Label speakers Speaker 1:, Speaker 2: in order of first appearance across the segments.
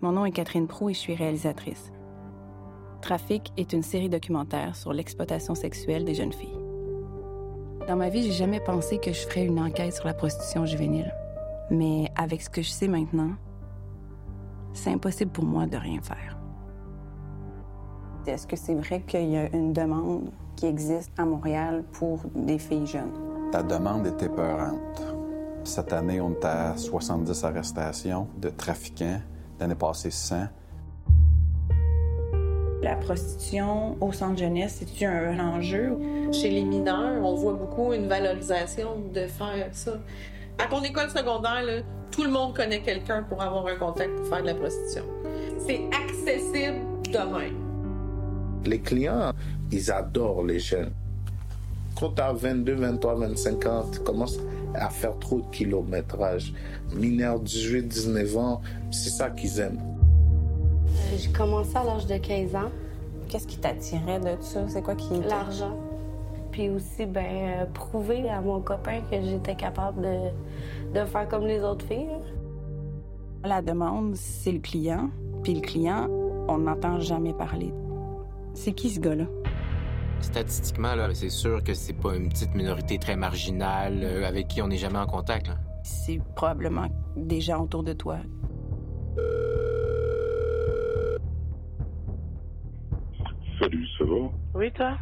Speaker 1: Mon nom est Catherine Prou et je suis réalisatrice. Trafic est une série documentaire sur l'exploitation sexuelle des jeunes filles. Dans ma vie, j'ai jamais pensé que je ferais une enquête sur la prostitution juvénile. Mais avec ce que je sais maintenant, c'est impossible pour moi de rien faire.
Speaker 2: Est-ce que c'est vrai qu'il y a une demande qui existe à Montréal pour des filles jeunes?
Speaker 3: Ta demande est épeurante. Cette année, on est à 70 arrestations de trafiquants. L'année passée, 100.
Speaker 2: La prostitution au centre jeunesse, c'est-tu un enjeu?
Speaker 4: Chez les mineurs, on voit beaucoup une valorisation de faire ça. À ton école secondaire, là, tout le monde connaît quelqu'un pour avoir un contact pour faire de la prostitution. C'est accessible demain.
Speaker 5: Les clients, ils adorent les jeunes. Quand tu as 22, 23, 25 ans, tu commences à faire trop de kilométrage. Mineurs 18, 19 ans, c'est ça qu'ils aiment.
Speaker 6: J'ai commencé à l'âge de 15 ans.
Speaker 2: Qu'est-ce qui t'attirait de ça? C'est quoi qui...
Speaker 6: L'argent. Puis aussi, ben, euh, prouver à mon copain que j'étais capable de, de faire comme les autres filles.
Speaker 1: La demande, c'est le client. Puis le client, on n'entend jamais parler. C'est qui ce gars-là?
Speaker 7: Statistiquement, là, c'est sûr que c'est pas une petite minorité très marginale euh, avec qui on n'est jamais en contact. là.
Speaker 1: C'est probablement des gens autour de toi.
Speaker 8: Salut, ça va?
Speaker 9: Oui, toi?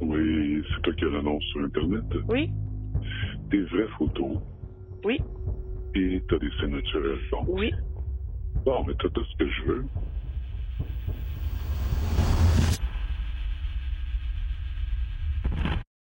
Speaker 8: Oui, c'est toi qui as l'annonce sur Internet.
Speaker 9: Oui?
Speaker 8: Des vraies photos.
Speaker 9: Oui?
Speaker 8: Et t'as des scènes naturelles. donc.
Speaker 9: Oui?
Speaker 8: Bon, mais t'as tout ce que je veux.